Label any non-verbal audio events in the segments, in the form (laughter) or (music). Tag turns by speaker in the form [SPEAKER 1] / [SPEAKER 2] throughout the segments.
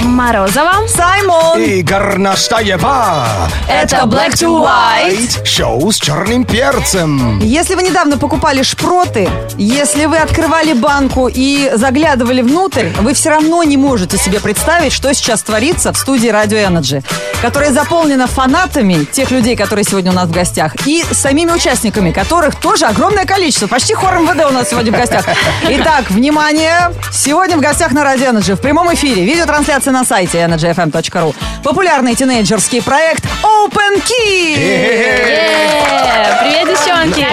[SPEAKER 1] Морозова.
[SPEAKER 2] Саймон!
[SPEAKER 3] И Горнаштаева.
[SPEAKER 1] Это Black to White.
[SPEAKER 3] Шоу с черным перцем.
[SPEAKER 2] Если вы недавно покупали шпроты, если вы открывали банку и заглядывали внутрь, вы все равно не можете себе представить, что сейчас творится в студии Радио Energy, которая заполнена фанатами тех людей, которые сегодня у нас в гостях, и самими участниками, которых тоже огромное количество. Почти хором ВД у нас сегодня в гостях. Итак, внимание! Сегодня в гостях на Радио Energy в прямом эфире. Видеотрансляция на сайте energyfm.ru. Популярный тинейджерский проект Open Key.
[SPEAKER 1] Э, Привет, девчонки.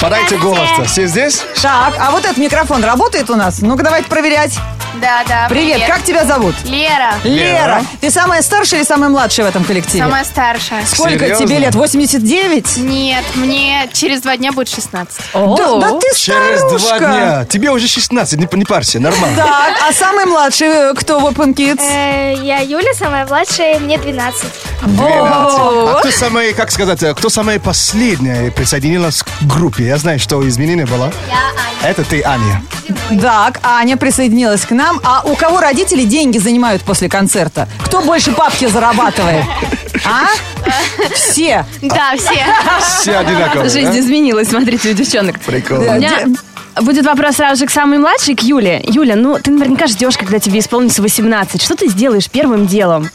[SPEAKER 3] Подайте голос-то. Все здесь?
[SPEAKER 2] Так, а вот этот микрофон работает у нас? Ну-ка, давайте проверять.
[SPEAKER 4] Да, да.
[SPEAKER 2] Привет, как тебя зовут?
[SPEAKER 4] Лера,
[SPEAKER 3] Лера.
[SPEAKER 2] Ты самая старшая или самая младшая в этом коллективе?
[SPEAKER 4] самая старшая.
[SPEAKER 2] Сколько
[SPEAKER 3] Серьезно?
[SPEAKER 2] тебе лет? 89?
[SPEAKER 4] Нет, мне через два дня будет 16.
[SPEAKER 2] Да,
[SPEAKER 1] О,
[SPEAKER 2] да ты
[SPEAKER 3] Через
[SPEAKER 2] старушка.
[SPEAKER 3] два дня. Тебе уже 16, не, не парься, нормально.
[SPEAKER 2] Так, а самый младший э, кто в Open Kids?
[SPEAKER 5] Э, Я Юля, самая младшая, мне 12.
[SPEAKER 3] 12. А кто самая, как сказать, э, кто самая последняя присоединилась к группе? Я знаю, что изменение было. Это ты, Аня.
[SPEAKER 2] Так, Аня присоединилась к нам. А у кого родители деньги занимают после концерта? Кто больше папки зарабатывает? А? Все.
[SPEAKER 4] Да, все.
[SPEAKER 1] (laughs)
[SPEAKER 3] Все одинаковые.
[SPEAKER 1] жизнь изменилась, смотрите, у девчонок.
[SPEAKER 3] да? Прикол.
[SPEAKER 1] У меня будет вопрос сразу же к самой младшей, к Юле. Юля, ну ты наверняка ждешь, когда тебе исполнится 18. Что ты сделаешь первым делом?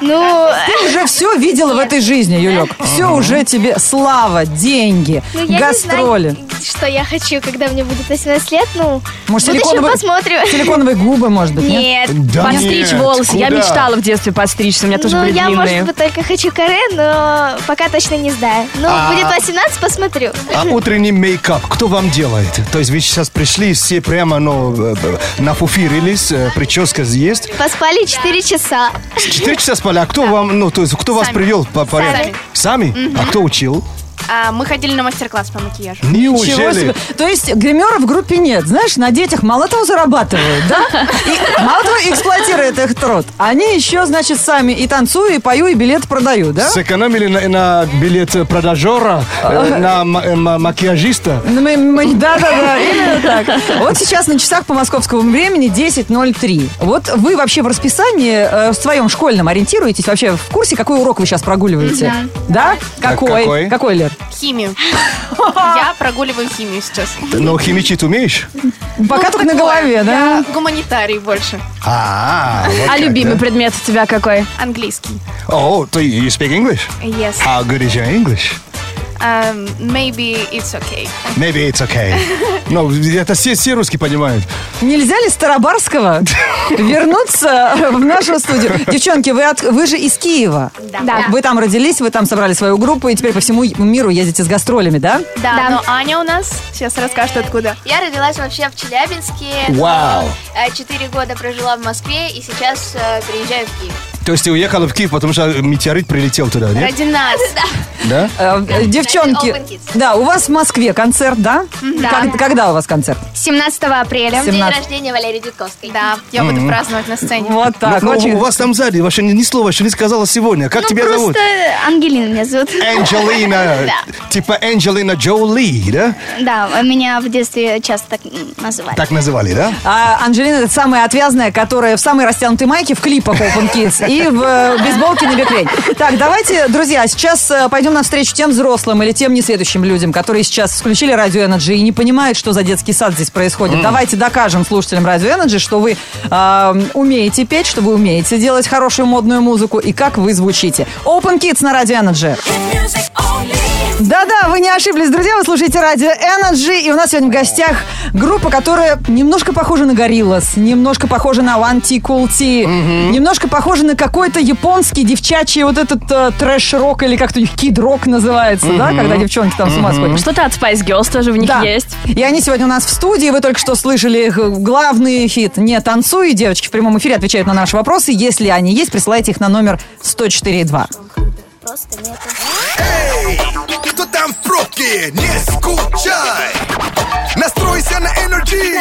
[SPEAKER 5] Ну,
[SPEAKER 2] Ты уже все видела в этой жизни, Юлек. Все уже тебе слава, деньги,
[SPEAKER 5] ну, я
[SPEAKER 2] гастроли.
[SPEAKER 5] не знаю, что я хочу, когда мне будет 18 лет. Ну,
[SPEAKER 2] Может,
[SPEAKER 5] в будущем
[SPEAKER 2] силиконовые-
[SPEAKER 5] посмотрим.
[SPEAKER 2] Силиконовые губы, может быть, нет?
[SPEAKER 5] Нет.
[SPEAKER 3] Да
[SPEAKER 1] Подстричь
[SPEAKER 3] нет,
[SPEAKER 1] волосы. Я
[SPEAKER 3] куда?
[SPEAKER 1] мечтала в детстве подстричься, у меня тоже
[SPEAKER 5] ну,
[SPEAKER 1] были
[SPEAKER 5] я,
[SPEAKER 1] длинные.
[SPEAKER 5] может быть, только хочу каре, но пока точно не знаю. Ну,
[SPEAKER 3] А.
[SPEAKER 5] будет 18, посмотрю.
[SPEAKER 3] А утренний мейкап кто вам делает? То есть вы сейчас пришли, все прямо, ну, э, э, нафуфирились, э, прическа есть.
[SPEAKER 5] Поспали 4 часа.
[SPEAKER 3] Четыре часа спали, а кто вам, ну, то есть кто вас
[SPEAKER 4] Сами.
[SPEAKER 3] привел по порядку? Сами. А кто учил?
[SPEAKER 4] А, мы ходили на мастер-класс по макияжу.
[SPEAKER 2] Ничего себе.
[SPEAKER 3] Неужели?
[SPEAKER 2] То есть гримера в группе нет. Знаешь, на детях мало того зарабатывают, да? И мало того эксплуатируют их труд. Они еще, значит, сами и танцую, и пою, и билет продаю, да?
[SPEAKER 3] Сэкономили на, на билет продажера, э, на ма- э, ма- макияжиста.
[SPEAKER 2] Ну, мы- мы- Да-да-да, именно так. Вот сейчас на часах по московскому времени 10.03. Вот вы вообще в расписании э, в своем школьном ориентируетесь? Вообще в курсе, какой урок вы сейчас прогуливаете? Да?
[SPEAKER 3] Так,
[SPEAKER 2] Какой?
[SPEAKER 3] какой?
[SPEAKER 2] Какой, Лер?
[SPEAKER 4] Химию. Я прогуливаю химию сейчас.
[SPEAKER 3] Но химичить Ну, умеешь?
[SPEAKER 5] Ну,
[SPEAKER 2] Пока только на
[SPEAKER 4] такое.
[SPEAKER 2] голове, да?
[SPEAKER 4] Я гуманитарий больше.
[SPEAKER 3] А, вот
[SPEAKER 1] А
[SPEAKER 3] как,
[SPEAKER 1] любимый
[SPEAKER 3] да?
[SPEAKER 1] предмет у тебя какой?
[SPEAKER 4] Английский.
[SPEAKER 3] Oh, so you speak English?
[SPEAKER 4] Yes.
[SPEAKER 2] А.
[SPEAKER 3] How good is your English?
[SPEAKER 4] Um, maybe it's okay.
[SPEAKER 3] Maybe it's okay. Ну, это все, все русские понимают.
[SPEAKER 2] Нельзя ли Старобарского вернуться в нашу студию? Девчонки, вы, от- вы же из Киева.
[SPEAKER 5] Да.
[SPEAKER 2] Вы там родились, вы там собрали свою группу, и теперь по всему миру ездите с гастролями, да?
[SPEAKER 4] Да,
[SPEAKER 5] Да.
[SPEAKER 4] но Аня у нас сейчас расскажет, откуда.
[SPEAKER 6] Я родилась вообще в Челябинске.
[SPEAKER 3] Вау.
[SPEAKER 6] Э, Четыре года прожила в Москве и сейчас э, переезжаю в Киев.
[SPEAKER 3] То есть ты уехала в Киев, потому что метеорит прилетел туда, нет?
[SPEAKER 4] Ради нас.
[SPEAKER 3] Да?
[SPEAKER 2] Э, э, Девчонки,
[SPEAKER 6] Open Kids.
[SPEAKER 2] да, у вас в Москве концерт, да? Как- Когда у вас концерт?
[SPEAKER 5] 17 апреля.
[SPEAKER 6] День
[SPEAKER 2] 17.
[SPEAKER 6] рождения Валерии Дудковской.
[SPEAKER 4] Да, я буду праздновать на сцене.
[SPEAKER 2] М-м. Вот так.
[SPEAKER 3] Ну,
[SPEAKER 2] очень-
[SPEAKER 3] У вас там сзади вообще ни, ни слова еще не сказала сегодня. Как тебя
[SPEAKER 5] Ну, просто (laughs)
[SPEAKER 3] зовут?
[SPEAKER 5] Ангелина меня зовут. (laughs)
[SPEAKER 3] Анджелина. Типа Анджелина Джоли, да?
[SPEAKER 5] Да, меня в детстве часто так м, называли.
[SPEAKER 3] Так называли, да?
[SPEAKER 2] А Анжелина это самая отвязная, которая в самой растянутой майке в клипах Open Kids и в э, бейсболке на бекрень. Так, давайте, друзья, сейчас э, пойдем навстречу тем взрослым или тем несведущим людям, которые сейчас включили Радио Energy и не понимают, что за детский сад здесь происходит. Давайте докажем слушателям Радио Energy, что вы э, умеете петь, что вы умеете делать хорошую модную музыку и как вы звучите. Open Kids на Радио Energy. Да-да, вы не ошиблись, друзья, вы слушаете радио Energy, и у нас сегодня в гостях группа, которая немножко похожа на Гориллас, немножко похожа на One T Cool T, немножко похожа на какой-то японский девчачий вот этот э, трэш-рок или как-то у них кид-рок называется, да, когда девчонки там с ума сходят.
[SPEAKER 1] Что-то от Spice Girls тоже в них
[SPEAKER 2] Да.
[SPEAKER 1] есть.
[SPEAKER 2] И они сегодня у нас в студии. Вы только что слышали их главный хит «Не танцуй». Девочки в прямом эфире отвечают на наши вопросы. Если они есть, присылайте их на номер 104.2.
[SPEAKER 7] Кто там в пробке? Не скучай! Настройся на энергии!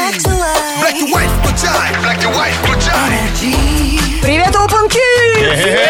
[SPEAKER 7] Black to white включай! Black to white включай!
[SPEAKER 2] Привет, Open Kids!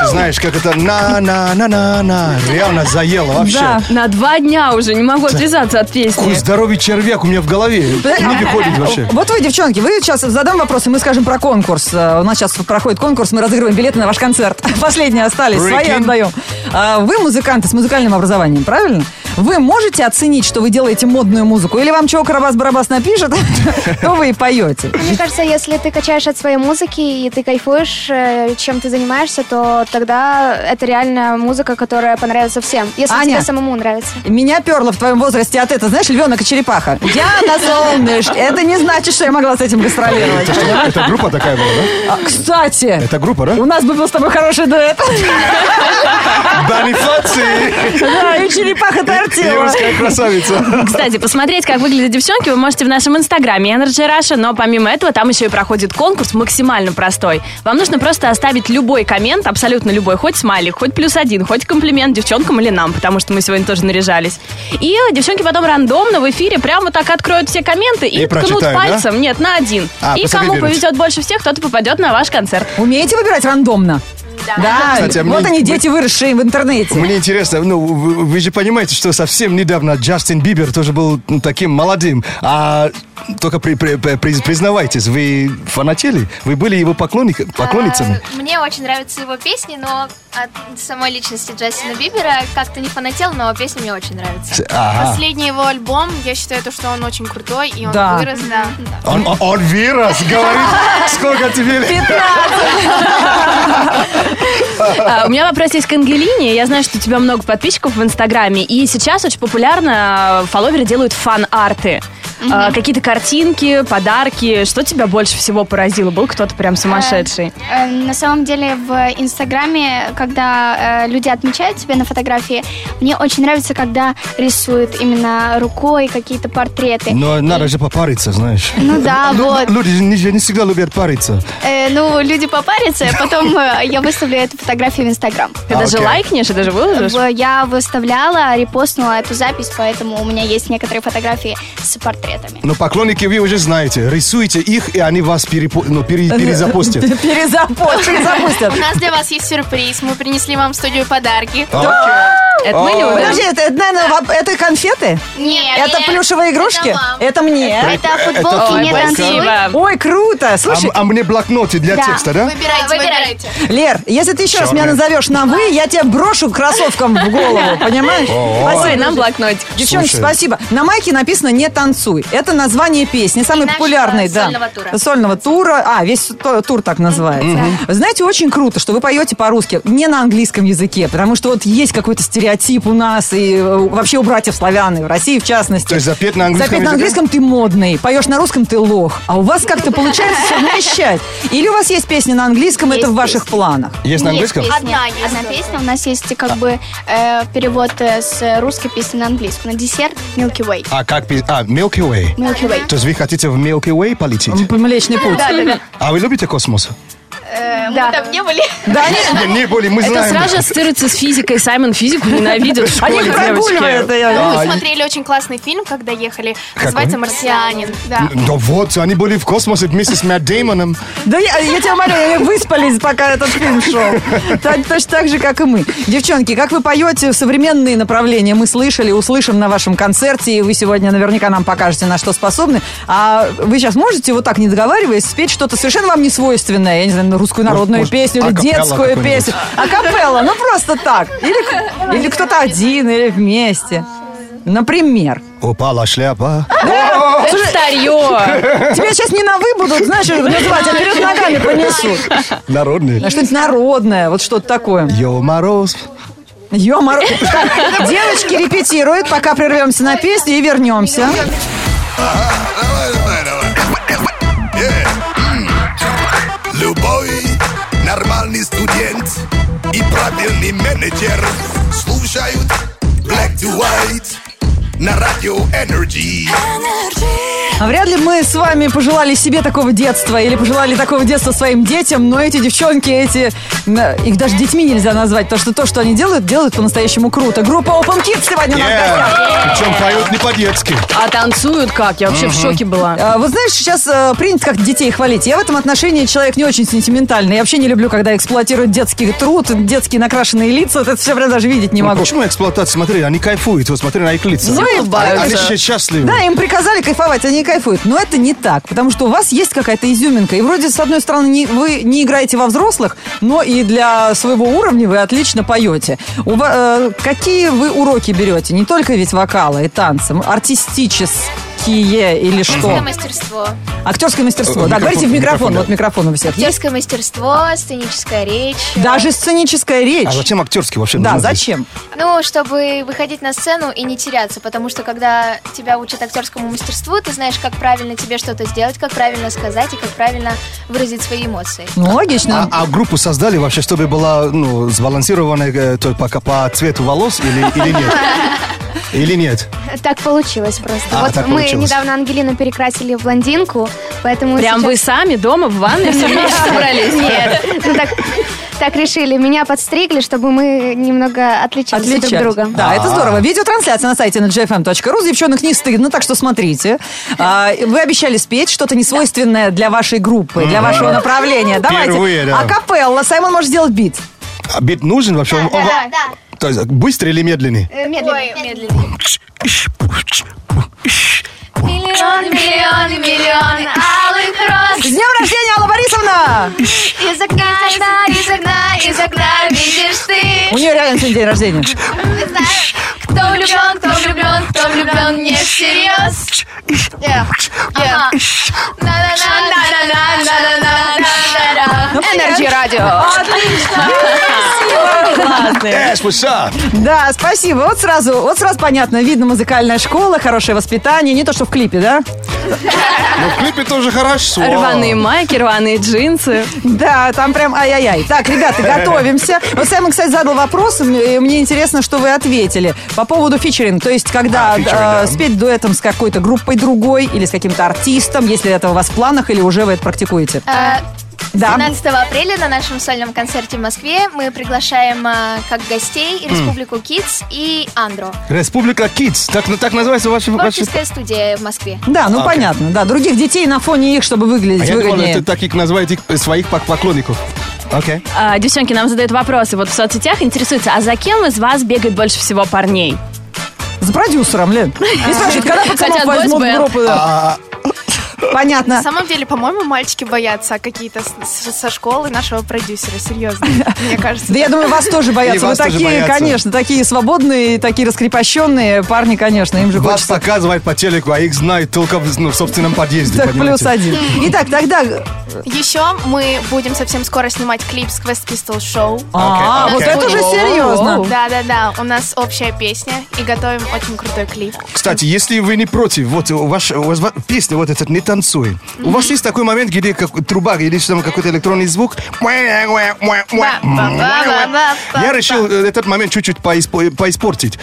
[SPEAKER 3] Ты знаешь, как это на-на-на-на-на. Реально заело вообще.
[SPEAKER 1] Да, на два дня уже не могу отвязаться от песни.
[SPEAKER 3] Какой здоровый червяк у меня в голове. Не выходит вообще.
[SPEAKER 2] Вот вы, девчонки, вы сейчас задам вопрос, и мы скажем про конкурс. Э, У нас сейчас проходит конкурс, мы разыгрываем билеты на ваш концерт. (laughs) Последние остались, свои
[SPEAKER 3] Прикинь.
[SPEAKER 2] отдаем. А, Вы музыканты с музыкальным образованием, правильно? Вы можете оценить, что вы делаете модную музыку? Или вам чего Карабас-Барабас напишет, (laughs) то вы и поете.
[SPEAKER 5] Мне кажется, если ты качаешь от своей музыки и ты кайфуешь, э, чем ты занимаешься, то тогда это реально музыка, которая понравится всем. Если
[SPEAKER 2] Аня.
[SPEAKER 5] тебе самому нравится.
[SPEAKER 2] Меня перло в твоем возрасте от этого, знаешь, львенок и черепаха. Я на солнышке. Это не значит, что я могла с этим гастролировать.
[SPEAKER 3] Это группа такая была, да?
[SPEAKER 2] А, Кстати,
[SPEAKER 3] Это группа, да?
[SPEAKER 2] у нас бы был с тобой хороший дуэт. (laughs)
[SPEAKER 3] Бонифаций!
[SPEAKER 2] Да, и черепаха тортила.
[SPEAKER 3] Девушка красавица.
[SPEAKER 1] (laughs) Кстати, посмотреть, как выглядят девчонки, вы можете в нашем инстаграме Energy Russia, но помимо этого там еще и проходит конкурс максимально простой. Вам нужно просто оставить любой коммент, абсолютно любой, хоть смайлик, хоть плюс один, хоть комплимент девчонкам или нам, потому что мы сегодня тоже наряжались. И девчонки потом рандомно в эфире прямо так откроют все комменты и,
[SPEAKER 3] И
[SPEAKER 1] ткнут
[SPEAKER 3] прочитают, да?
[SPEAKER 1] пальцем, нет, на один.
[SPEAKER 3] А,
[SPEAKER 1] и
[SPEAKER 3] просто
[SPEAKER 1] кому
[SPEAKER 3] выберут.
[SPEAKER 1] повезет больше всех, кто-то попадет на ваш концерт.
[SPEAKER 2] Умеете выбирать рандомно? Да,
[SPEAKER 3] Кстати, а мне-
[SPEAKER 2] вот они, дети, выросшие в интернете.
[SPEAKER 3] Мне интересно, ну вы, вы же понимаете, что совсем недавно Джастин Бибер тоже был ну, таким молодым. А только при- при- при- приз- признавайтесь, вы фанатели? Вы были его поклонник, поклонницами?
[SPEAKER 6] А, Мне очень нравятся его песни, но от самой личности Джастина Бибера как-то не фанател, но песни мне очень нравятся.
[SPEAKER 3] Ага.
[SPEAKER 4] Последний его альбом, я считаю, то, что он очень крутой, и он
[SPEAKER 2] Да.
[SPEAKER 4] вырос, да.
[SPEAKER 3] Он, он- он вирус, говорит, сколько тебе лет.
[SPEAKER 1] А, У меня вопрос есть к Ангелине. Я знаю, что у тебя много подписчиков в Инстаграме. И сейчас очень популярно э, фолловеры делают фан-арты. А, Какие-то картинки, подарки. Что тебя больше всего поразило? Был кто-то прям сумасшедший?
[SPEAKER 5] Э, На самом деле в Инстаграме, когда э, люди отмечают тебя на фотографии, мне очень нравится, когда рисуют именно рукой какие-то портреты.
[SPEAKER 3] Но надо же попариться, знаешь.
[SPEAKER 5] Ну да,
[SPEAKER 3] Лю-
[SPEAKER 5] вот.
[SPEAKER 3] Люди же не, же не всегда любят париться.
[SPEAKER 5] Э, ну, люди попарятся, а потом э, я выставлю эту фотографию в Инстаграм.
[SPEAKER 1] Ты
[SPEAKER 3] а,
[SPEAKER 1] даже
[SPEAKER 3] окей.
[SPEAKER 1] лайкнешь, и даже выложишь?
[SPEAKER 5] В- Я выставляла, репостнула эту запись, поэтому у меня есть некоторые фотографии с портретами.
[SPEAKER 3] Но поклонники вы уже знаете. Рисуйте их, и они вас перепо- ну, пере- перезапустят.
[SPEAKER 2] Перезапустят. перезапустят.
[SPEAKER 4] У
[SPEAKER 3] (laughs)
[SPEAKER 4] нас для вас есть сюрприз. Мы принесли вам в студию подарки.
[SPEAKER 2] А?
[SPEAKER 1] Это мы любим.
[SPEAKER 2] Э, Подожди, это, это, наверное, воп- это конфеты?
[SPEAKER 5] Нет,
[SPEAKER 2] Это плюшевые игрушки?
[SPEAKER 6] вам.
[SPEAKER 2] Это мне.
[SPEAKER 5] это футболки
[SPEAKER 1] Ой,
[SPEAKER 5] не танцуют.
[SPEAKER 1] спасибо.
[SPEAKER 2] Ой, круто.
[SPEAKER 3] А,
[SPEAKER 2] Слушай,
[SPEAKER 3] а мне блокноты для
[SPEAKER 5] Да.
[SPEAKER 3] текста, да?
[SPEAKER 4] Выбирайте, выбирайте.
[SPEAKER 2] Лер, если ты еще раз меня
[SPEAKER 3] Чёрные.
[SPEAKER 2] назовешь на «вы», я тебя брошу кроссовком в (laughs) голову, понимаешь?
[SPEAKER 1] Ой,
[SPEAKER 2] Спасибо.
[SPEAKER 1] нам блокнотик.
[SPEAKER 2] Девчонки,
[SPEAKER 3] Слушай.
[SPEAKER 2] спасибо. На майке написано «Не танцуй». Это название песни, самый
[SPEAKER 6] И нашего
[SPEAKER 2] популярный, да.
[SPEAKER 6] сольного тура.
[SPEAKER 2] Сольного тура. А, весь ту- тур так называется. Вы Знаете, очень круто, что вы поете по-русски, не на английском языке, потому что вот есть какой-то стереотип у нас и э, вообще у братьев славян, и в России в частности.
[SPEAKER 3] То есть запет на английском
[SPEAKER 2] Запет на
[SPEAKER 3] языке?
[SPEAKER 2] английском ты модный, поешь на русском ты лох. А у вас
[SPEAKER 6] Ну
[SPEAKER 2] как-то получается совмещать. Или у вас есть песни на английском, это в ваших планах?
[SPEAKER 3] Есть на английском?
[SPEAKER 5] Одна, Одна песня. У нас есть как бы э, перевод э, с русской песни на английский. На десерт Milky Way.
[SPEAKER 3] А как пи- А, Milky Way.
[SPEAKER 5] Milky Way.
[SPEAKER 3] То есть вы хотите в Milky Way полететь?
[SPEAKER 2] По Млечный путь.
[SPEAKER 3] А вы любите космос?
[SPEAKER 5] Да.
[SPEAKER 2] (laughs) Да, они-
[SPEAKER 3] Не, не были, мы
[SPEAKER 1] Это
[SPEAKER 3] знаем.
[SPEAKER 1] сразу же ассоциируется с физикой.
[SPEAKER 2] (laughs)
[SPEAKER 1] Саймон физику ненавидит в
[SPEAKER 2] они
[SPEAKER 1] школе,
[SPEAKER 2] их
[SPEAKER 1] девочки.
[SPEAKER 2] прогуливают. э,
[SPEAKER 4] Мы
[SPEAKER 3] А,
[SPEAKER 4] смотрели очень классный фильм, когда ехали. Называется «Марсианин». Да.
[SPEAKER 3] Да вот, они были в космосе вместе с Мэтт Деймоном.
[SPEAKER 2] Да я, я тебя умоляю, они выспались, пока этот фильм шел. Так- точно так же, как и мы. Девчонки, как вы поете современные направления? Мы слышали, услышим на вашем концерте, и вы сегодня наверняка нам покажете, на что способны. А вы сейчас можете, вот так не договариваясь, спеть что-то совершенно вам не свойственное? Я не знаю, ну, русскую народную
[SPEAKER 3] может,
[SPEAKER 2] песню или
[SPEAKER 3] акапелла
[SPEAKER 2] детскую
[SPEAKER 3] какую-нибудь?
[SPEAKER 2] песню. Акапелла, ну просто так. Или, или кто-то один, или вместе. Например. (laughs)
[SPEAKER 3] Упала шляпа.
[SPEAKER 1] Это старье.
[SPEAKER 2] Тебя сейчас не на «вы» будут, знаешь, называть, а вперед ногами понесут.
[SPEAKER 3] Народный.
[SPEAKER 2] А что-нибудь народное, вот что-то такое.
[SPEAKER 3] Йо, Мороз.
[SPEAKER 2] ё Девочки репетируют, пока прервемся на песню и вернемся.
[SPEAKER 7] Давай, давай, давай. Yeah. Mm. М. Любой нормальный студент и правильный менеджер слушают Black to White на радио Energy.
[SPEAKER 2] А Вряд ли мы с вами пожелали себе такого детства или пожелали такого детства своим детям, но эти девчонки, эти, на- их даже детьми нельзя назвать, потому что то, что они делают, делают по-настоящему круто. Группа Open Kids сегодня у нас в гостях.
[SPEAKER 3] Причем поют не по-детски.
[SPEAKER 1] А танцуют как? Я вообще в шоке была.
[SPEAKER 2] А, Вот знаешь, сейчас э, принято как детей хвалить. Я в этом отношении человек не очень сентиментальный. Я вообще не люблю, когда эксплуатируют детский труд, детские накрашенные лица. Вот это все прям даже видеть не
[SPEAKER 3] Ну,
[SPEAKER 2] могу.
[SPEAKER 3] Почему эксплуатация? Смотри, они кайфуют. Вот смотри на их лица. А
[SPEAKER 2] Ну, и
[SPEAKER 3] Они
[SPEAKER 2] это-
[SPEAKER 3] сейчас счастливы. А
[SPEAKER 2] Да, им приказали кайфовать, они и кайфуют. Но это не так, потому что у вас есть какая-то изюминка. И вроде, с одной стороны, не- вы не играете во взрослых, но и для своего уровня вы отлично поете. У ва- э, какие вы уроки берете? Не только ведь вокала и танцы, м, артистические или что?
[SPEAKER 6] Актерское мастерство.
[SPEAKER 2] Актерское мастерство.
[SPEAKER 3] Э,
[SPEAKER 2] Да,
[SPEAKER 3] микрофон,
[SPEAKER 2] говорите в микрофон.
[SPEAKER 3] микрофон, да.
[SPEAKER 2] Вот микрофон у всех есть.
[SPEAKER 6] Актерское мастерство, сценическая речь.
[SPEAKER 2] Даже сценическая речь.
[SPEAKER 3] А зачем актерский вообще?
[SPEAKER 2] Да,
[SPEAKER 3] нужен здесь?
[SPEAKER 2] зачем?
[SPEAKER 6] Ну, чтобы выходить на сцену и не теряться, потому что когда тебя учат актерскому мастерству, ты знаешь, как правильно тебе что-то сделать, как правильно сказать и как правильно выразить свои эмоции.
[SPEAKER 2] Ну, логично.
[SPEAKER 3] А, а группу создали вообще, чтобы была ну, сбалансированная э, то пока по цвету волос или,
[SPEAKER 2] (laughs)
[SPEAKER 3] или нет? Или нет?
[SPEAKER 5] Так получилось просто.
[SPEAKER 3] А,
[SPEAKER 5] вот
[SPEAKER 3] так
[SPEAKER 5] мы
[SPEAKER 3] получилось.
[SPEAKER 5] недавно Ангелину перекрасили в блондинку, поэтому
[SPEAKER 1] Прям вы
[SPEAKER 5] сейчас-
[SPEAKER 1] сами дома
[SPEAKER 2] (laughs)
[SPEAKER 1] в ванной
[SPEAKER 5] (laughs)
[SPEAKER 1] все вместе собрались?
[SPEAKER 5] Нет, ну так, так решили. Меня подстригли, чтобы мы немного отличались
[SPEAKER 2] Отличать.
[SPEAKER 5] друг от друга.
[SPEAKER 3] А.
[SPEAKER 2] Да, это здорово. Видеотрансляция на сайте на gfm.ru. Девчонок не стыдно, так что смотрите. А, Вы обещали спеть что-то несвойственное для вашей группы, для вашего направления.
[SPEAKER 3] Впервые,
[SPEAKER 2] Давайте.
[SPEAKER 3] да.
[SPEAKER 2] Акапелла. Саймон может сделать бит.
[SPEAKER 3] А бит нужен вообще? Он- он- То есть быстрый или медленный?
[SPEAKER 5] Э, медленно.
[SPEAKER 6] медленный. Миллион, миллион, миллион алых роз
[SPEAKER 2] С днем рождения, Алла Борисовна!
[SPEAKER 6] Из окна, из окна, из окна, из окна видишь ты
[SPEAKER 2] У нее реально сегодня день рождения.
[SPEAKER 6] Кто влюблен, кто влюблен, кто влюблен не всерьез
[SPEAKER 4] Энерджи радио.
[SPEAKER 3] Yes, what's up?
[SPEAKER 2] Да, спасибо. Вот сразу, вот сразу понятно. Видно музыкальная школа, хорошее воспитание. Не то, что в клипе, да?
[SPEAKER 3] Ну, в клипе тоже хорошо.
[SPEAKER 1] Рваные майки, рваные джинсы.
[SPEAKER 2] Да, там прям ай-яй-яй. Так,
[SPEAKER 3] (laughs)
[SPEAKER 2] ребята, готовимся. Вот Саймон, кстати, задал вопрос, и мне интересно, что вы ответили. По поводу фичеринга, то есть, когда
[SPEAKER 3] А, фичеринг,
[SPEAKER 2] э,
[SPEAKER 3] да.
[SPEAKER 2] спеть дуэтом с какой-то группой другой или с каким-то артистом, если это у вас в планах или уже вы это практикуете. Да.
[SPEAKER 6] 12 апреля на нашем сольном концерте в Москве мы приглашаем э, как гостей Республику Kids и Андро.
[SPEAKER 3] Республика Kids. Так, ну, так называется ваша... ваша-
[SPEAKER 6] Творческая студия в Москве.
[SPEAKER 2] Да, ну
[SPEAKER 3] А, Окей.
[SPEAKER 2] понятно, да. Других детей на фоне их, чтобы
[SPEAKER 3] А
[SPEAKER 2] выглядеть
[SPEAKER 3] я думал,
[SPEAKER 2] выгоднее.
[SPEAKER 3] это так их называете их, э, своих пок- поклонников. Окей.
[SPEAKER 1] А, девчонки нам задают вопросы вот в соцсетях, интересуются, а за кем из вас бегает больше всего парней?
[SPEAKER 2] За продюсером, Лен. И спрашивают, когда пацанов
[SPEAKER 1] Хотят
[SPEAKER 2] возьмут в
[SPEAKER 1] бойсбенд.
[SPEAKER 2] группу. да.
[SPEAKER 3] А,
[SPEAKER 2] Понятно.
[SPEAKER 4] На самом деле, по-моему, мальчики боятся какие-то с- с- со школы нашего
[SPEAKER 2] (laughs)
[SPEAKER 4] продюсера, серьезно, мне кажется.
[SPEAKER 2] Да я думаю, вас тоже боятся. Вы
[SPEAKER 3] вас тоже
[SPEAKER 2] такие,
[SPEAKER 3] боятся.
[SPEAKER 2] конечно, такие свободные, такие раскрепощенные парни, конечно, им же
[SPEAKER 3] Вас
[SPEAKER 2] хочется.
[SPEAKER 3] показывают по телеку, а их знают только в, ну, в собственном подъезде.
[SPEAKER 2] Так, плюс
[SPEAKER 3] понимаете?
[SPEAKER 2] один. Итак, тогда...
[SPEAKER 4] Еще мы будем совсем скоро снимать клип с Quest Pistol Show.
[SPEAKER 2] А,
[SPEAKER 3] окей.
[SPEAKER 2] вот это уже серьезно.
[SPEAKER 4] Да-да-да, у нас общая песня и готовим очень крутой клип.
[SPEAKER 3] Кстати, если вы не против, вот у ваш, э, у вас ва- песня вот этот «Не танцуй». У вас есть такой момент, где как, труба или что там какой-то электронный звук. Я
[SPEAKER 4] Я
[SPEAKER 3] решил э, этот момент чуть-чуть поиспо- поиспортить.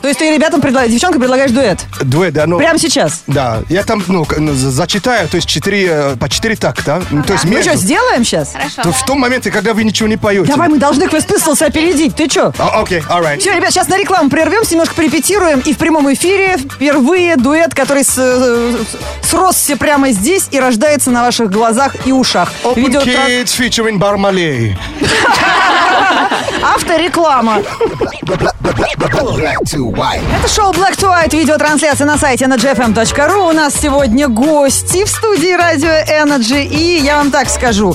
[SPEAKER 2] То есть ты ребятам предлагаешь, девчонкам предлагаешь дуэт.
[SPEAKER 3] Дуэт, да, ну,
[SPEAKER 2] Прямо сейчас.
[SPEAKER 3] Да, я там, ну, к- ну, за- зачитаю, то есть четыре, э, по четыре такта. Ну, То есть
[SPEAKER 2] Мы что,
[SPEAKER 3] между,
[SPEAKER 2] сделаем сейчас?
[SPEAKER 3] то в том моменте, когда вы ничего не поете.
[SPEAKER 2] Давай, мы должны Quest Pistols опередить. Ты что?
[SPEAKER 3] А, Окей, alright.
[SPEAKER 2] Все, ребят, сейчас на рекламу прервемся, немножко порепетируем. И в прямом эфире впервые дуэт, который с- э, с- сросся прямо здесь и рождается на ваших глазах и ушах.
[SPEAKER 3] Open
[SPEAKER 2] Видеотран-
[SPEAKER 3] Kids featuring Бармалей.
[SPEAKER 2] Автореклама. Это шоу Black to White, видеотрансляция на сайте energyfm.ru. У нас сегодня гости в студии радио Energy. И я вам так скажу,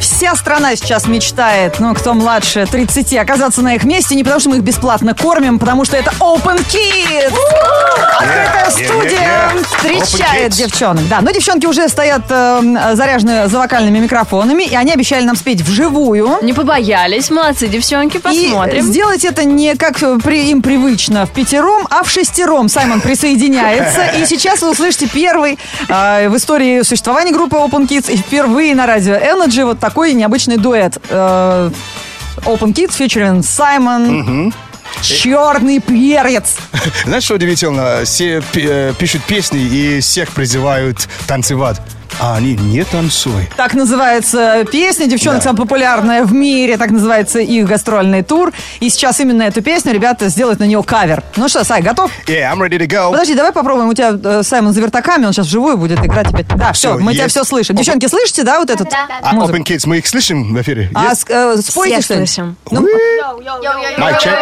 [SPEAKER 2] вся страна сейчас мечтает, ну, кто младше 30, оказаться на их месте. Не потому, что мы их бесплатно кормим, потому что это Open Kids. Открытая студия
[SPEAKER 3] yeah, yeah. Open
[SPEAKER 2] встречает
[SPEAKER 3] Kids.
[SPEAKER 2] девчонок. Да, но девчонки уже стоят э, заряженные за вокальными микрофонами, и они обещали нам спеть вживую.
[SPEAKER 1] Не побоялись, молодцы, девчонки,
[SPEAKER 2] И
[SPEAKER 1] посмотрим.
[SPEAKER 2] сделать это не как э, при, им привычно в пятером, а в шестером. Саймон присоединяется. И сейчас вы услышите первый э, в истории существования группы Open Kids и впервые на радио Energy вот такой необычный дуэт. Э, Open Kids featuring Саймон Черный перец.
[SPEAKER 3] Знаешь, что удивительно? Все пи- э, пишут песни и всех призывают танцевать. А они не танцуй.
[SPEAKER 2] Так называется песня, девчонок
[SPEAKER 3] Да.
[SPEAKER 2] самая популярная в мире, так называется их гастрольный тур. И сейчас именно эту песню ребята сделают на нее кавер. Ну что, Сай, готов?
[SPEAKER 3] Yeah, I'm ready to go.
[SPEAKER 2] Подожди, давай попробуем. У тебя э, Саймон за вертаками, он сейчас вживую будет играть опять. Да, все,
[SPEAKER 3] Всё,
[SPEAKER 2] мы тебя
[SPEAKER 3] есть.
[SPEAKER 2] все слышим. Девчонки, слышите, да, вот этот?
[SPEAKER 5] Да, да,
[SPEAKER 3] А
[SPEAKER 2] музыку?
[SPEAKER 3] Open Kids, мы их слышим в эфире?
[SPEAKER 2] А
[SPEAKER 3] Yes?
[SPEAKER 2] с- ну, э, спойте,
[SPEAKER 1] Все
[SPEAKER 2] что ли?
[SPEAKER 1] слышим.
[SPEAKER 3] Mic check.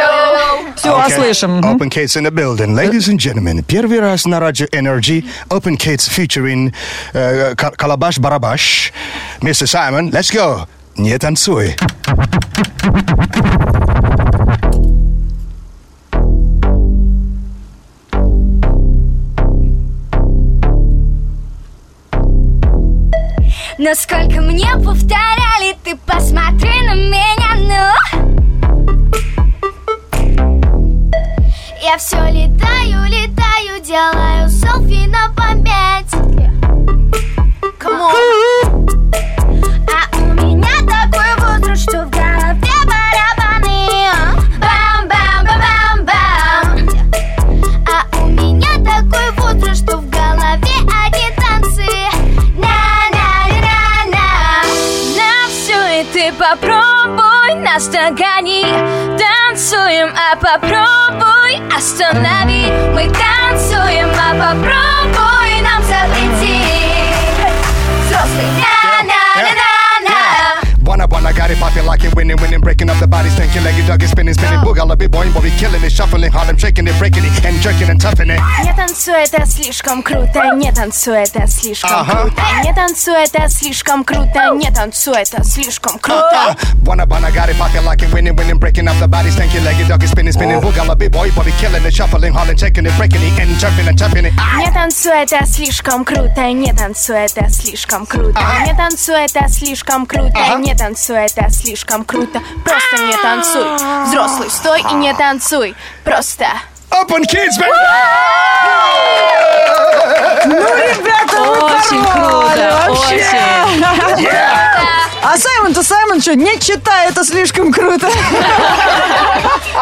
[SPEAKER 2] Все,
[SPEAKER 3] Okay.
[SPEAKER 2] слышим. Мгм.
[SPEAKER 3] Open Kids in the building. Ladies and gentlemen, первый раз на радио Energy. Open Kids featuring э, Кал- Калабаш Барабаш. Mr. Simon, let's go. Не танцуй.
[SPEAKER 8] Насколько мне повторяли, ты посмотри на меня, ну Я все летаю, летаю, делаю селфи на память А у меня такой возраст, что в голове барабаны Бам-бам-бам-бам-бам а у меня такой возраст, что в голове одни танцы На-на-на-на-на На все и ты попробуй нас догони Танцуем, а попробуй останови Мы танцуем, а попробуй нам запрети Взрослый на-на-на-на-на
[SPEAKER 3] Wanna wanna got it popping like it winning, winning, breaking up the body, stinking like a dog is spinning, spinning. Booga la boy, but we killing it, shuffling hard, I'm shaking it, breaking it, and jerking and toughing it.
[SPEAKER 8] Не танцуй, это слишком круто, не танцуй, это слишком
[SPEAKER 3] Ага.
[SPEAKER 8] круто. Не танцуй, это слишком круто, не танцуй, это слишком
[SPEAKER 3] Uh,
[SPEAKER 4] Oh.
[SPEAKER 8] круто.
[SPEAKER 3] wanna wanna got it popping like it winning, winning, breaking up the body, stinking like a dog is spinning, spinning.
[SPEAKER 2] Oh.
[SPEAKER 3] Booga la boy, but we killing it, shuffling hard, I'm shaking it, breaking it, and jerking and toughing it. Ah.
[SPEAKER 8] Не танцуй, это слишком круто, не танцуй, это слишком круто. Не танцуй, это слишком круто, не танцуй, это слишком круто. Просто не танцуй, взрослый, стой и не танцуй, просто.
[SPEAKER 3] Open kids, baby!
[SPEAKER 2] Ну, ребята, вы
[SPEAKER 1] Очень
[SPEAKER 2] порвали
[SPEAKER 1] круто,
[SPEAKER 2] вообще.
[SPEAKER 1] очень.
[SPEAKER 3] (laughs)
[SPEAKER 2] А Саймон-то, Саймон, что, не читай, это слишком
[SPEAKER 1] (laughs)
[SPEAKER 2] круто.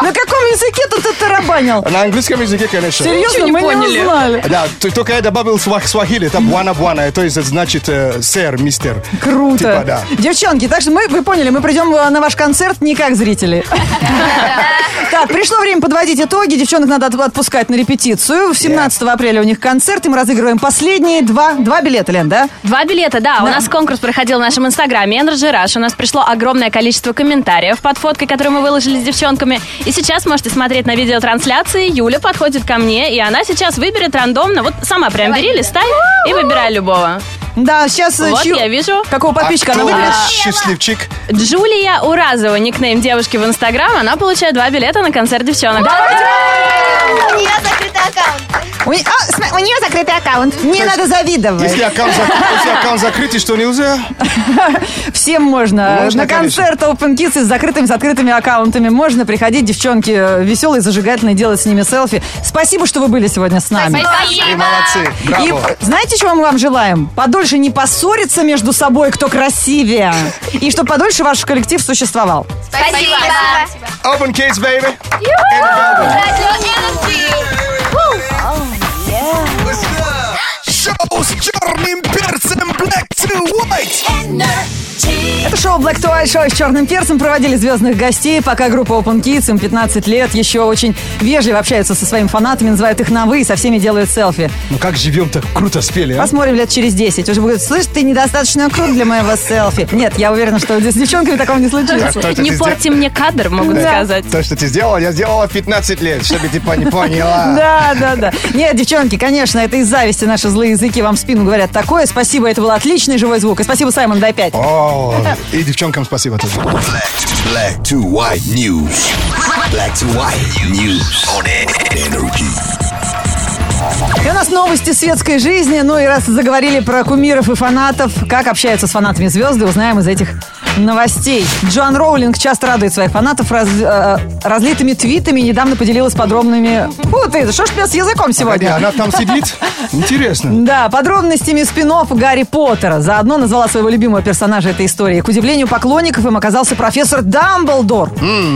[SPEAKER 2] На каком языке то ты тарабанил?
[SPEAKER 3] На английском языке, конечно.
[SPEAKER 2] Серьезно,
[SPEAKER 1] не
[SPEAKER 2] мы не
[SPEAKER 1] поняли.
[SPEAKER 2] узнали.
[SPEAKER 3] Да, т- только я добавил свах- свахили, там буана буана, то есть это значит э, сэр, мистер.
[SPEAKER 2] Круто.
[SPEAKER 3] Типа, да.
[SPEAKER 2] Девчонки, так что мы, вы поняли, мы придем э, на ваш концерт не как
[SPEAKER 1] (laughs)
[SPEAKER 2] зрители. Так, пришло время подводить итоги. Девчонок надо от- отпускать на репетицию. 17 апреля у них концерт, и мы разыгрываем последние два, два билета, Лен, да?
[SPEAKER 1] Два билета, да. У нас конкурс проходил в нашем инстаграме Energy Rush. У нас пришло огромное количество комментариев под фоткой, которую мы выложили с девчонками. И сейчас можете смотреть на видеотрансляции. Юля подходит ко мне, и она сейчас выберет рандомно. Вот сама прям бери, листай и выбирай любого.
[SPEAKER 2] Да, сейчас... э,
[SPEAKER 1] Вот, я вижу.
[SPEAKER 2] Какого
[SPEAKER 3] А
[SPEAKER 2] подписчика она
[SPEAKER 3] кто
[SPEAKER 2] выберет?
[SPEAKER 3] счастливчик?
[SPEAKER 1] Джулия Уразова, никнейм девушки в инстаграм. Она получает два билета на концерт девчонок.
[SPEAKER 5] У нее закрытый аккаунт.
[SPEAKER 2] У, не- а, см- у нее закрытый аккаунт. Не надо завидовать.
[SPEAKER 3] Если аккаунт, зак- если аккаунт закрытый, что нельзя?
[SPEAKER 2] Всем можно.
[SPEAKER 3] Можно,
[SPEAKER 2] На
[SPEAKER 3] конечно.
[SPEAKER 2] концерт Open Kids с закрытыми, с открытыми аккаунтами можно приходить. Девчонки э, веселые, зажигательные, делать с ними селфи. Спасибо, что вы были сегодня с нами.
[SPEAKER 3] Вы молодцы,
[SPEAKER 2] И
[SPEAKER 3] браво.
[SPEAKER 2] знаете, чего мы вам желаем? Подольше не поссориться между собой, кто красивее. И чтобы подольше ваш коллектив существовал.
[SPEAKER 5] Спасибо.
[SPEAKER 3] Open kids, baby.
[SPEAKER 7] Шоу с черным перцем Black to White.
[SPEAKER 2] Это шоу Black to White, шоу с черным перцем. Проводили звездных гостей, пока группа Open Kids, им 15 лет, еще очень вежливо общаются со своими фанатами, называют их на «вы» и со всеми делают селфи.
[SPEAKER 3] Ну как живем так круто спели, а?
[SPEAKER 2] Посмотрим лет через 10. Уже будет, слышь, ты недостаточно крут для моего селфи. Нет, я уверена, что с девчонками такого не случится.
[SPEAKER 3] Так, точно,
[SPEAKER 1] Не
[SPEAKER 3] ты
[SPEAKER 1] порти мне кадр, могут сказать.
[SPEAKER 3] То, что ты сделала, я сделала в 15 лет, чтобы ты пони-
[SPEAKER 2] (laughs)
[SPEAKER 3] поняла.
[SPEAKER 2] Да, да, да. Нет, девчонки, конечно, это из зависти наши злые языки вам в спину говорят такое. Спасибо, это был отличный живой звук. И спасибо, Саймон, дай пять.
[SPEAKER 3] О, и девчонкам спасибо тоже.
[SPEAKER 7] Black to white news. Black to white news on energy.
[SPEAKER 2] И у нас новости светской жизни. Ну и раз заговорили про кумиров и фанатов, как общаются с фанатами звезды, узнаем из этих новостей. Джоан Роулинг часто радует своих фанатов раз- э, разлитыми твитами и недавно поделилась подробными... Фу ты, что ж у тебя с языком сегодня?
[SPEAKER 3] Она там сидит? Интересно.
[SPEAKER 2] Да, подробностями спин Гарри Поттера. Заодно назвала своего любимого персонажа этой истории. К удивлению поклонников им оказался профессор Дамблдор,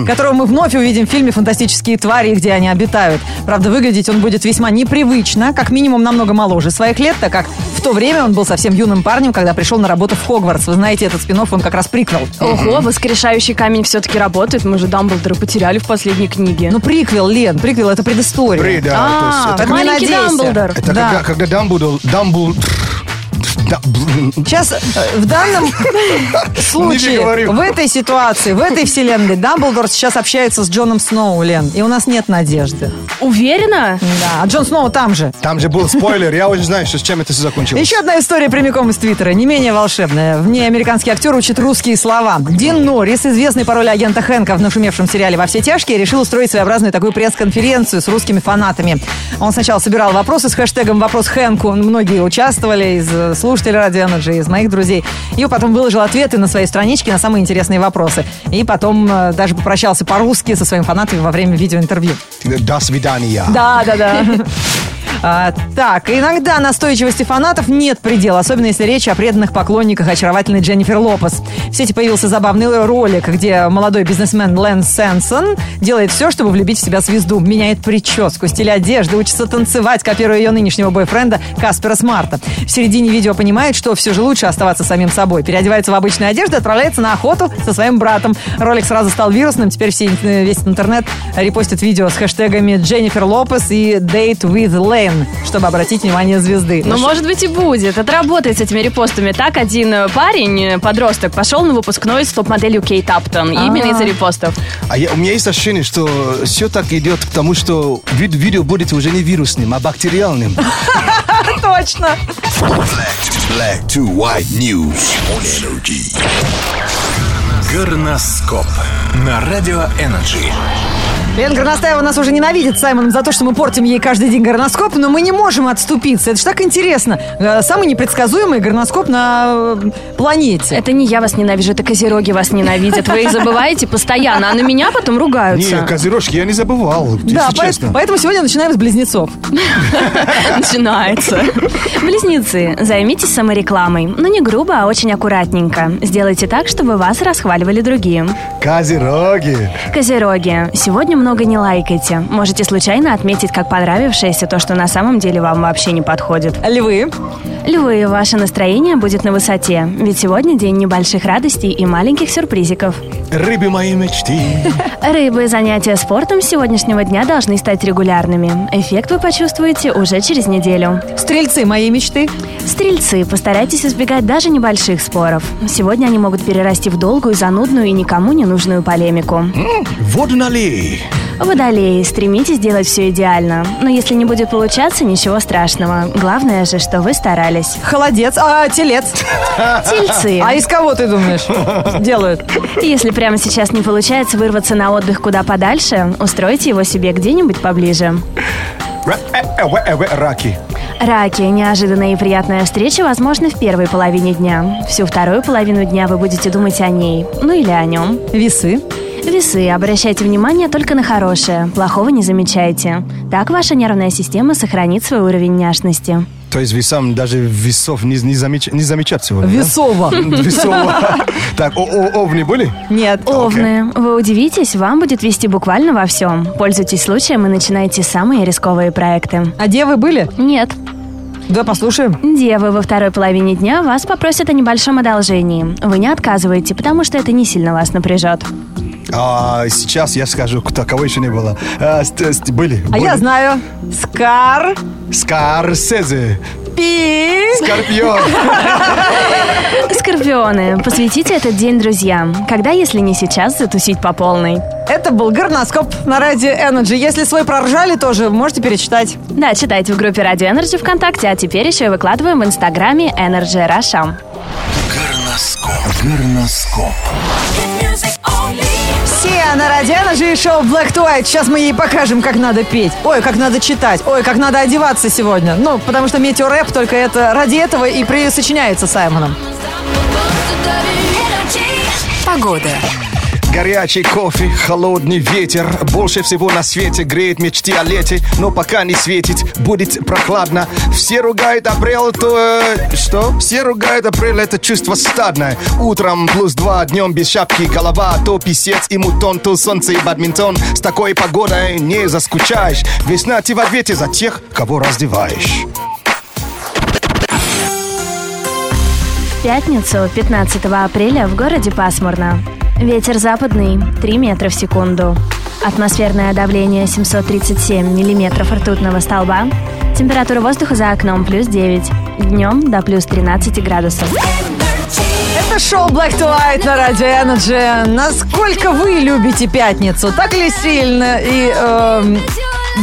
[SPEAKER 2] которого мы вновь увидим в фильме «Фантастические твари и где они обитают». Правда, выглядеть он будет весьма непривычно, как минимум намного моложе своих лет, так как в то время он был совсем юным парнем, когда пришел на работу в Хогвартс. Вы знаете, этот спин он как раз приквел.
[SPEAKER 1] Ого, воскрешающий камень все-таки работает. Мы же Дамблдора потеряли в последней книге.
[SPEAKER 2] Ну, приквел, Лен, приквел — это предыстория.
[SPEAKER 3] При, да.
[SPEAKER 1] А,
[SPEAKER 3] то есть это-
[SPEAKER 2] Поэтому не
[SPEAKER 1] маленький
[SPEAKER 2] надейся.
[SPEAKER 1] Дамблдор.
[SPEAKER 3] Это
[SPEAKER 2] да.
[SPEAKER 3] когда- когда Дамбудл... Дамбул... Дам-
[SPEAKER 2] Сейчас э, в данном
[SPEAKER 3] Не
[SPEAKER 2] случае,
[SPEAKER 3] говорю.
[SPEAKER 2] в этой ситуации, в этой вселенной Дамблдор сейчас общается с Джоном Сноу, Лен. И у нас нет надежды.
[SPEAKER 1] Уверена?
[SPEAKER 2] Да, а Джон Сноу там же.
[SPEAKER 3] Там же был спойлер, я уже знаю, что с чем это все закончилось.
[SPEAKER 2] Еще одна история прямиком из Твиттера, не менее волшебная. В ней американский актер учит русские слова. Дин Норрис, известный по роли агента Хэнка в нашумевшем сериале «Во все тяжкие», решил устроить своеобразную такую пресс-конференцию с русскими фанатами. Он сначала собирал вопросы с хэштегом «Вопрос Хэнку». Многие участвовали из э, слушателей «Радио Energy», из моих друзей. И потом выложил ответы на своей страничке на самые интересные вопросы. И потом э, даже попрощался по-русски со своими фанатами во время видеоинтервью.
[SPEAKER 3] До свидания.
[SPEAKER 2] Да, да, да. (laughs) А, так, иногда настойчивости фанатов нет предела, особенно если речь о преданных поклонниках очаровательной Дженнифер Лопес. В сети появился забавный ролик, где молодой бизнесмен Лэн Сенсон делает все, чтобы влюбить в себя звезду. Меняет прическу, стиль одежды, учится танцевать, копируя ее нынешнего бойфренда Каспера Смарта. В середине видео понимает, что все же лучше оставаться самим собой. Переодевается в обычную одежду и отправляется на охоту со своим братом. Ролик сразу стал вирусным, теперь все, э, весь интернет репостит видео с хэштегами Дженнифер Лопес и Date with Lane, чтобы обратить внимание звезды.
[SPEAKER 1] Ну, может быть, и будет. Это работает с этими репостами. Так, один э, парень, э, подросток, пошел на выпускной с топ-моделью Кейт Аптон. Именно из-за репостов.
[SPEAKER 3] А я- у меня есть ощущение, что все так идет к тому, что вид- видео будет уже не вирусным, а бактериальным.
[SPEAKER 2] Точно!
[SPEAKER 7] Black, black to white news on energy.
[SPEAKER 9] Горноскоп на Радио Энерджи.
[SPEAKER 2] Лен Горностаева нас уже ненавидит с Саймоном за то, что мы портим ей каждый день горноскоп, но мы не можем отступиться. Это же так интересно. Э, Самый непредсказуемый горноскоп на э, планете.
[SPEAKER 1] Это не я вас ненавижу, это козероги вас ненавидят. Вы их забываете постоянно, а на меня потом
[SPEAKER 3] Не,
[SPEAKER 1] ругаются.
[SPEAKER 3] козерожки, я не забывал,
[SPEAKER 2] да,
[SPEAKER 3] если
[SPEAKER 2] поэт-
[SPEAKER 3] честно.
[SPEAKER 2] поэтому сегодня начинаем с близнецов.
[SPEAKER 1] Начинается. Близнецы, займитесь саморекламой. Но не грубо, а очень аккуратненько. Сделайте так, чтобы вас расхваливали другие.
[SPEAKER 3] Козероги.
[SPEAKER 1] Козероги, сегодня много не лайкайте. Можете случайно отметить как понравившееся то, что на самом деле вам вообще не подходит.
[SPEAKER 2] Львы.
[SPEAKER 1] Львы, ваше настроение будет на высоте, ведь сегодня день небольших радостей и маленьких сюрпризиков.
[SPEAKER 3] Рыбы моей мечты.
[SPEAKER 1] Рыбы, занятия спортом с сегодняшнего дня должны стать регулярными. Эффект вы почувствуете уже через неделю.
[SPEAKER 2] Стрельцы моей мечты.
[SPEAKER 1] Стрельцы, постарайтесь избегать даже небольших споров. Сегодня они могут перерасти в долгую, занудную и никому не нужную полемику.
[SPEAKER 9] Водно ли?
[SPEAKER 1] Водолеи, стремитесь делать все идеально. Но если не будет получаться, ничего страшного. Главное же, что вы старались.
[SPEAKER 2] Холодец. А, телец.
[SPEAKER 1] Тельцы.
[SPEAKER 2] А из кого ты думаешь делают?
[SPEAKER 1] Если прямо сейчас не получается вырваться на отдых куда подальше, устройте его себе где-нибудь поближе.
[SPEAKER 3] Ра- э, э, э, э, э, Раки.
[SPEAKER 1] Раки. Неожиданная и приятная встреча возможна в первой половине дня. Всю вторую половину дня вы будете думать о ней. Ну или о нем.
[SPEAKER 2] Весы.
[SPEAKER 1] Весы. Обращайте внимание только на хорошее. Плохого не замечайте. Так ваша нервная система сохранит свой уровень няшности.
[SPEAKER 3] То есть вы сам даже весов не, не, замеч- не замечать сегодня, да?
[SPEAKER 2] Весово. (laughs)
[SPEAKER 3] Весово. Так, о- о- овны были?
[SPEAKER 2] Нет.
[SPEAKER 1] Овны, вы удивитесь, вам будет вести буквально во всем. Пользуйтесь случаем и начинайте самые рисковые проекты.
[SPEAKER 2] А девы были?
[SPEAKER 1] Нет,
[SPEAKER 2] Да, послушаем.
[SPEAKER 1] Девы, во второй половине дня вас попросят о небольшом одолжении. Вы не отказываете, потому что это не сильно вас напряжет.
[SPEAKER 3] А, сейчас я скажу, кто, кого еще не было. А, ст- ст- были.
[SPEAKER 2] А я
[SPEAKER 3] были.
[SPEAKER 2] знаю. Скар.
[SPEAKER 3] Скорсезе.
[SPEAKER 2] Пи. (laughs)
[SPEAKER 3] Скорпион.
[SPEAKER 1] Скорпионы, посвятите этот день друзьям. Когда, если не сейчас, затусить по полной?
[SPEAKER 2] Это был горноскоп на радио Energy. Если свой проржали, тоже можете перечитать.
[SPEAKER 1] Да, читайте в группе Радио Energy ВКонтакте, а теперь еще и выкладываем в Инстаграме Energy Russia.
[SPEAKER 9] Горноскоп. Горноскоп.
[SPEAKER 2] Все на радио Energy и шоу Black to White. Сейчас мы ей покажем, как надо петь. Ой, как надо читать. Ой, как надо одеваться сегодня. Ну, потому что метеорэп только это ради этого и присочиняется Саймоном.
[SPEAKER 3] Горячий кофе, холодный ветер Больше всего на свете греет мечты о лете Но пока не светит, будет прохладно Все ругают апрел, то... э, Что? Все ругают апрель, это чувство стадное Утром плюс два, днем без шапки Голова то писец и мутон, то солнце и бадминтон С такой погодой не заскучаешь Весна ты в ответе за тех, кого раздеваешь
[SPEAKER 1] В пятницу, 15 апреля, в городе пасмурно. Ветер западный, 3 метра в секунду. Атмосферное давление 737 миллиметров ртутного столба. Температура воздуха за окном плюс 9. Днем до плюс 13 градусов.
[SPEAKER 2] Это шоу Black to White на Радио Energy. Насколько вы любите пятницу? Так ли сильно и... эм,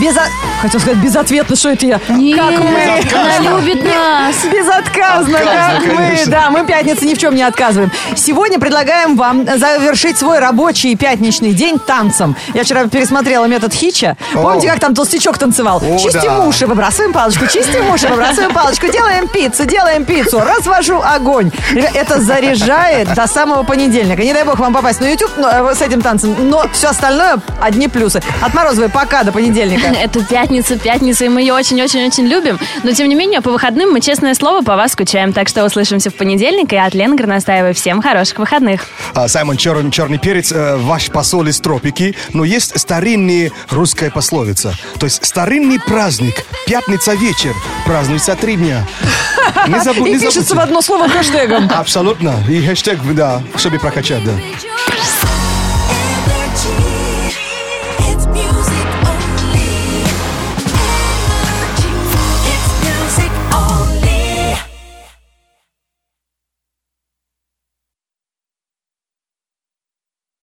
[SPEAKER 2] без... Хотел сказать безответно, что это я. как мы...
[SPEAKER 3] Безотказно.
[SPEAKER 1] она любит нас.
[SPEAKER 2] Безотказно,
[SPEAKER 3] Отказно,
[SPEAKER 2] как мы,
[SPEAKER 3] конечно.
[SPEAKER 2] да, мы пятницы ни в чем не отказываем. Сегодня предлагаем вам завершить свой рабочий пятничный день танцем. Я вчера пересмотрела метод Хича. Помните, как там толстячок танцевал?
[SPEAKER 3] О,
[SPEAKER 2] чистим
[SPEAKER 3] да.
[SPEAKER 2] уши, выбрасываем палочку, чистим уши, выбрасываем палочку, делаем пиццу, делаем пиццу, развожу огонь. Это заряжает до самого понедельника. Не дай бог вам попасть на YouTube но, э, с этим танцем, но все остальное одни плюсы. От Морозовой пока до
[SPEAKER 1] (laughs)
[SPEAKER 2] понедельника.
[SPEAKER 1] Это пятница, пятница, и мы ее очень-очень-очень любим. Но, тем не менее, по выходным мы, честное слово, по вас скучаем. Так что услышимся в понедельник. И от Лены Горностаевой всем хороших выходных.
[SPEAKER 3] А, Саймон Черный, черный перец, э, ваш посол из тропики, но есть старинная русская пословица. То есть старинный праздник, пятница вечер, празднуется три дня. Не, забу-
[SPEAKER 2] И
[SPEAKER 3] не
[SPEAKER 2] пишется в
[SPEAKER 3] забудьте.
[SPEAKER 2] одно слово хэштегом.
[SPEAKER 3] Абсолютно. И хэштег, да, чтобы прокачать, да.
[SPEAKER 10] Rejoice.